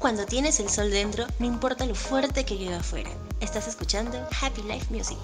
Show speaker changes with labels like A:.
A: Cuando tienes el sol dentro, no importa lo fuerte que llega afuera. Estás escuchando Happy Life Music.